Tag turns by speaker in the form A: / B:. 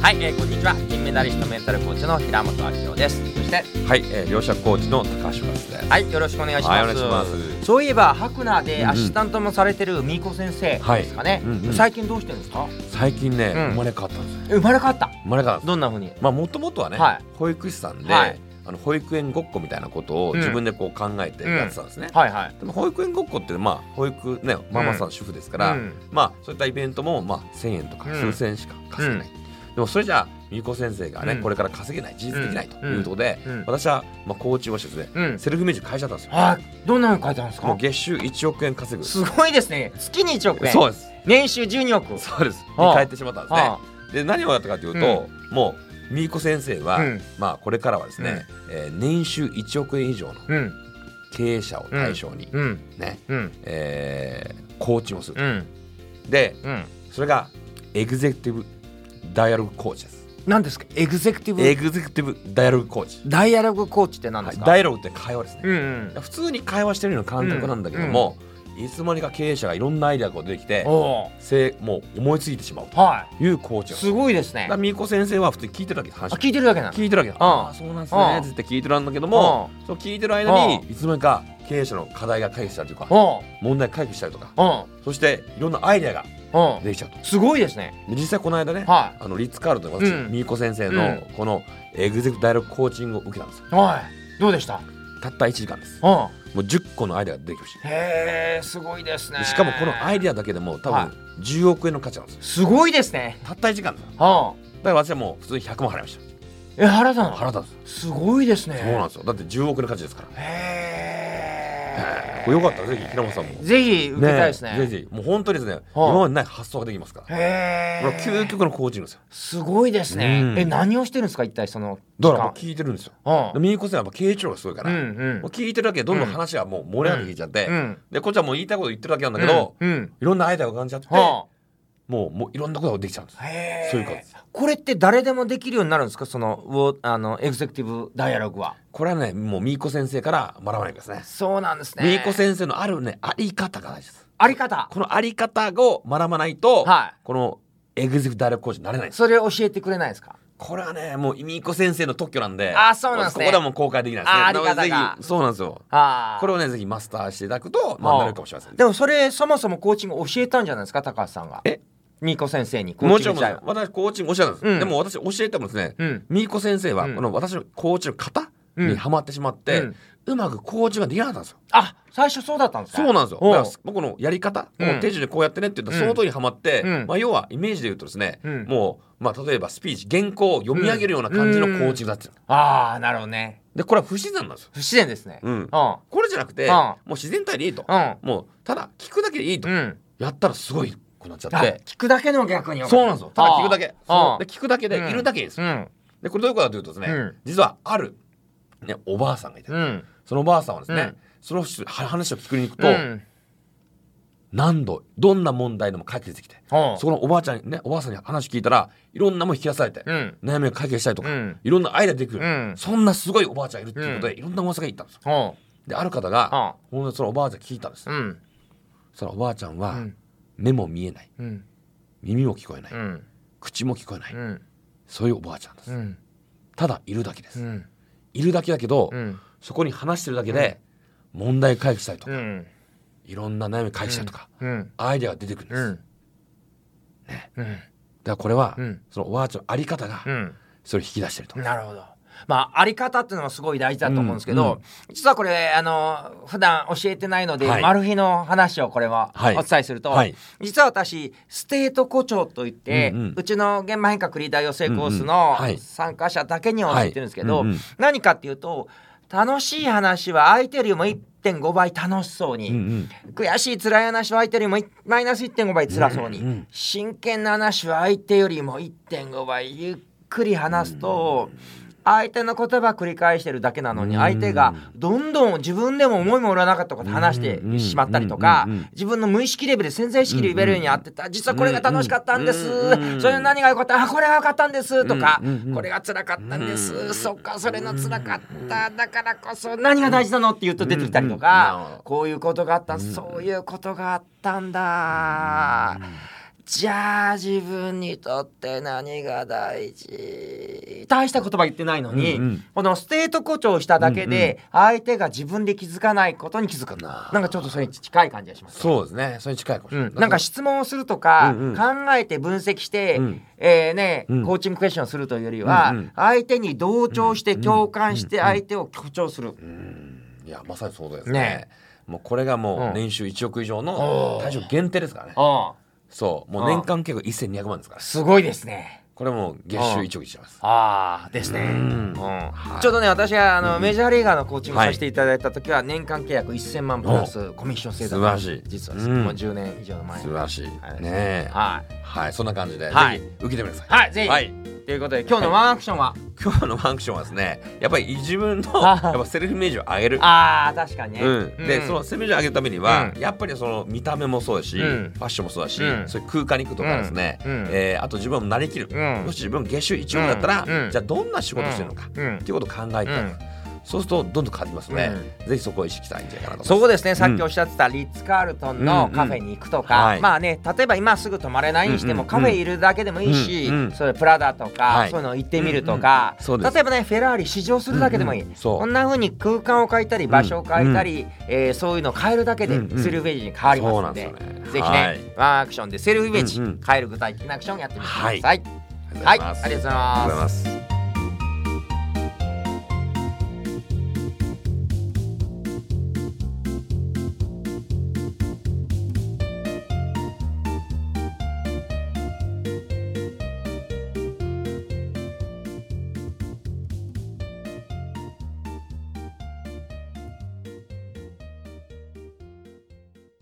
A: はい、えー、こんにちは金メダリストメンタルコーチの平本明夫ですそして
B: はい、えー、両者コーチの高橋です。はい、
A: はいよろしくお願いします,、
B: はいお願いします
A: そういえば白菜で
B: うんうん
A: アシスタントもされてるみーこ先生
B: はい
A: ですかね、
B: うんうん
A: 最近どうしてるんですか
B: 最近ね、
A: うん
B: 生まれ変わったんですよ。
A: え生まれ変わった
B: 生まれ変わったんです。
A: どんなふうに
B: まあ、もともとはね、
A: はい
B: 保育士さんで、
A: はい
B: あの保育園ごっこみたいなことを
A: うん
B: 自分でこう考えてやってたんですね。
A: はいはい
B: でも保育園ごっこってまあ保育ねママさん主婦ですから、
A: うん
B: まあそういったイベントもまあ1000円とか
A: うん
B: 数千円しか稼げない、でもそれじゃあ美子先生がね、
A: うん
B: これから稼げない事実できないと
A: うん
B: いうことで、
A: うん
B: 私はまあコーチをしてですね
A: うん
B: セルフイメージ変えちゃったんですよ、
A: はいどんなの書いてあるんです
B: もう
A: か
B: 月収1億円稼ぐ
A: すごいですね月に1億円
B: そうです
A: 年収12億
B: そうですに
A: はあ
B: 変えてしまったんですね、
A: は
B: で何をやったかというと、もう美子先生は、
A: うん
B: まあこれからはですね、えー年収1億円以上の
A: あうん
B: 経営者を対象に
A: うん
B: ね、
A: うん
B: えーコーチをする、
A: うん
B: で
A: うん
B: それがエグゼクティブダイアログコーチです
A: 何ですかエグゼクティ
B: エ
A: ブ
B: グゼクティブダイアログコーチ、
A: ダイアログコーチって何で
B: はい
A: すか、
B: ダイアログって会話ですね、
A: うんうん
B: 普通に会話してるような感覚なんだけども、いつまにか経営者がいろんなアイデアが出てきて
A: おお
B: せいもう思いついてしまうと
A: は
B: いうコーチ
A: い
B: が
A: すごいですね
B: だから美子先生は普通に聞いてるだけです話
A: あ
B: を
A: 聞いてるだけなの
B: 聞いてるわけだ、
A: うん
B: ああそうなんですね
A: うん
B: つって聞いてるんだけども、そう聞いてる間に
A: う
B: いつの間にか経営者の課題が解決したりとか
A: お
B: 問題解決したりとか
A: お
B: そしていろんなアイデアが
A: お
B: できちゃうと
A: すごいですね
B: で実際この間ね
A: は
B: あのリッツ・カールトンの私
A: うん
B: みーこ先生のこのエグゼクダイアログコーチングを受けたんですよ
A: いはいどうでした
B: たった1時間です
A: うん
B: もう10個のアイデアが出てきまし
A: へえすごいです
B: た
A: ね
B: でしかもこのアイデ
A: ア
B: アだけでも多
A: はい
B: 分10億円の価値なんですよ
A: すごいですね
B: たった1時間だだ
A: う
B: か
A: ん
B: ら私はもう普通に100万払いまし
A: え原田
B: た払
A: の
B: ったんですよ
A: すごいですね
B: そうなんですよだって10億円の価値ですから
A: へえ
B: これよかったらぜひ平本さんも
A: ぜひ受けたいですね
B: ぜひぜひもう本当にですね今までにない発想ができますから
A: へ
B: これは
A: え
B: 究極のコーチングですよ
A: すごいですね、
B: うん
A: え何をしてるんですか一体その期
B: だからもう
A: 間
B: 聞いてるんですよ
A: う
B: で
A: ん
B: みーこ先生はやっぱ経営長がすごいか
A: う
B: ら、
A: んうん
B: もう聞いてるだけでどんどん話がもう盛り上がってきちゃって、
A: うん
B: でこっちはもう言いたいこと言ってるだけなんだけど、
A: うんうん
B: いろんなアイデアを感じちゃって、
A: は
B: もうもういろんなことができちゃうんです
A: あへえ
B: そういう感じです
A: これって誰でもできるようになるんですかそのウォあのエグゼクティブダイアログは
B: これはねもうみーこ先生から学ばないですね
A: そうなんですね
B: みーこ先生のあるねあり方が大事です
A: あり方
B: このあり方を学ばないと、
A: は
B: このエグゼクティブダイアログコーチになれないんです
A: それを教えてくれないですか
B: これはねもうみーこ先生の特許なんで
A: あそうなんですね
B: ここではもう公開できないですね
A: あありがたが
B: なのでぜひそうなんですよ
A: ああ
B: これをねぜひマスターしていただくとま
A: あ
B: あ
A: あ
B: なれるかもしれません
A: でもそれそもそもコーチング教えたんじゃないですか高橋さんが
B: え
A: ミコ先生にコー
B: も
A: チ
B: ち
A: ン
B: ろ
A: グ
B: ん
A: 時
B: もち
A: 代は
B: ろん私コーチング教えたんです、
A: うん
B: でも私教えてもですね、
A: うん
B: みーこ先生は
A: うん
B: この私のコーチの型
A: うん
B: にはまってしまって、
A: う
B: うんまくコーチができなかったんですよ、
A: あ最初そうだったんですか
B: そうなんですよ
A: おう
B: だから僕のやり方、
A: うん
B: この手順でこうやってねって言ったらその通りにはまって、
A: うん
B: まあ、要はイメージで言うとですね、
A: うん
B: もう、まあ、例えばスピーチ原稿を読み上げるような感じのコーチになってる、
A: ああなるほどね
B: でこれは不自然なんですよ、
A: 不自然ですね
B: うん
A: うん
B: これじゃなくて、
A: うん
B: もう自然体でいいと、
A: うん
B: もうただ聞くだけでいいと、
A: うん
B: やったらすごいくなっちゃ
A: あ
B: って
A: 聞くだけの逆に
B: そうなんですよただ聞くだけ
A: ああ
B: そうで聞くだけでいるだけです
A: う、ん
B: でこれどういうことかというとですね、
A: うん
B: 実はある、ね、おばあさんがいて、
A: うん
B: そのおばあさんはですね、
A: うん
B: その人は話を聞きに行く
A: う
B: と、
A: ん
B: 何度どんな問題でも解決できて、
A: うん
B: そこのおばあちゃんにねおばあさんに話聞いたらいろんなもん引き出されて、
A: うん
B: 悩みを解決したりとか、
A: うん
B: いろんなアイデア出てくる、
A: うん
B: そんなすごいおばあちゃんいるっていうことで、いろんな噂がいったんですよ
A: うん
B: である方が、ほんでそのおばあちゃんに聞いたんです、
A: うん
B: そのおばあちゃんは、
A: うん
B: 目も見えない
A: うん
B: 耳も聞こえない、
A: うん
B: 口も聞こえない、
A: うん
B: そういうおばあちゃんです、
A: うん
B: ただいるだけです、
A: うん
B: いるだけだけど、
A: うん
B: そこに話してるだけで問題解決したりとか、
A: うん
B: いろんな悩み解決したりとか、
A: うん
B: アイデアが出てくるんで
A: う
B: す、だか
A: んうん
B: らこれは、
A: うん
B: そのおばあちゃんのあり方が
A: うん
B: それを引き出してると、
A: なるほど。まあ、あり方っていうのもすごい大事だと思うんですけど、
B: うん
A: 実はこれあの普段教えてないので、
B: はい
A: マル秘の話をこれは
B: はい
A: お伝えすると、
B: はい
A: 実は私ステート誇張といって、う
B: うんうん
A: ちの現場変革リーダー養成コース
B: うんうん
A: の
B: はい
A: 参加者だけには教えてるんですけど、
B: はいうんうん
A: 何かっていうと楽しい話は相手よりも1.5倍楽しそうに。
B: うんうん
A: 悔しい辛い話は相手よりもいマイナス1.5倍辛そうに、
B: うんうん
A: 真剣な話は相手よりも1.5倍ゆっくり話すと、相手の言葉繰り返してるだけなのに
B: うん
A: 相手がどんどん自分でも思いもよらなかったこと話して
B: うん
A: しまったりとか
B: うんうん
A: 自分の無意識レベル潜在意識レベルにあってた実はこれが楽しかったんです
B: うん
A: それの何が良かったあこれが良かったんですとか
B: うんうん
A: これが辛かったんで
B: う
A: す
B: ん
A: そっかそれの辛かっただからこそ何が大事なのって言うと出てきたりとか
B: うんうん
A: こういうことがあった、そういうことがあったんだ。じゃあ自分にとって何が大事大した言葉言ってないのに、
B: うんうん
A: このステート誇張しただけで相手が自分で気づかないことに気づくんだなんかちょっとそれに近い感じがしますね
B: そうですねそれに近いかもしれない、
A: うん、なんか質問をするとか、
B: うんうん
A: 考えて分析して、
B: うん
A: えーね
B: うん
A: コーチングクエスチョンするというよりは、
B: うんうん
A: 相手に同調して
B: うん
A: 共感して
B: うんうん
A: 相手を誇張する、
B: うんいやまさにそうですね
A: ね
B: もうこれがも
A: うん
B: う年収1億以上
A: お
B: の
A: ー
B: 対象限定ですからね
A: ああ
B: そうもう年間結構1200万ですから
A: すごいですね
B: これもう月収1億にします
A: ああですね、
B: うん
A: ちょっとね私があの、
B: うん
A: メジャーリーガーのコーチング
B: はい
A: させていただいた時は年間契約1000万プラスコミッション制度
B: 素晴らしい
A: 実は、
B: うん
A: もう10年以上の前
B: 素晴らしい
A: はい
B: ねえ
A: はい
B: はいそんな感じで
A: はい
B: ぜひ受けてみてください
A: はいぜひ、ということで今日のワンアクションは、
B: 今日のワンアクションはですねやっぱり自分の
A: あ
B: やっぱセルフイメージを上げる
A: ああ確かにね、
B: うん、でそのセルフイメージを上げるためには、
A: う
B: やっぱりその見た目もそうだし、
A: うん
B: ファッションもそうだし、
A: うん
B: そういう空間に行くとかですね、
A: うんうん
B: えーあと自分もなりきる、
A: うん
B: もし自分月収1億だったら、
A: うんうん
B: じゃあどんな仕事してるのか、
A: うんうん
B: っていうことを考えて、
A: うん
B: そうするとどんどん変わってますので、ぜひそこを意識したらいいんじゃないかなと
A: そ
B: 思
A: う
B: います。
A: ですねさっきおっしゃってたリッツ・カールトンのカフェに行くと
B: うん
A: か、
B: はい
A: まあね例えば今すぐ泊まれないにしても、
B: うん
A: カフェいるだけでもいいし、
B: うんうん
A: そういうプラダとか、
B: はい
A: そういうの行ってみるとか、
B: うんうんそうです
A: 例えばねフェラーリ試乗するだけでもいい、
B: うんうんそう
A: こんな風に空間を変えたり場所を変えたり、えーそういうのを変えるだけで
B: うんうん
A: セルフイメージに変わりますので,、
B: そうなんですよ
A: ぜ
B: ね
A: ひね、
B: はい
A: ワンアクションでセルフイメージ
B: うんうん
A: 変える具体的なアクションやってみてください。
B: は
A: はいい、
B: ありがとうござい
A: あ
B: ま
A: り
B: す
A: がとうござい
B: ありがとう
A: ま
B: ご
A: す
B: ざい。ます。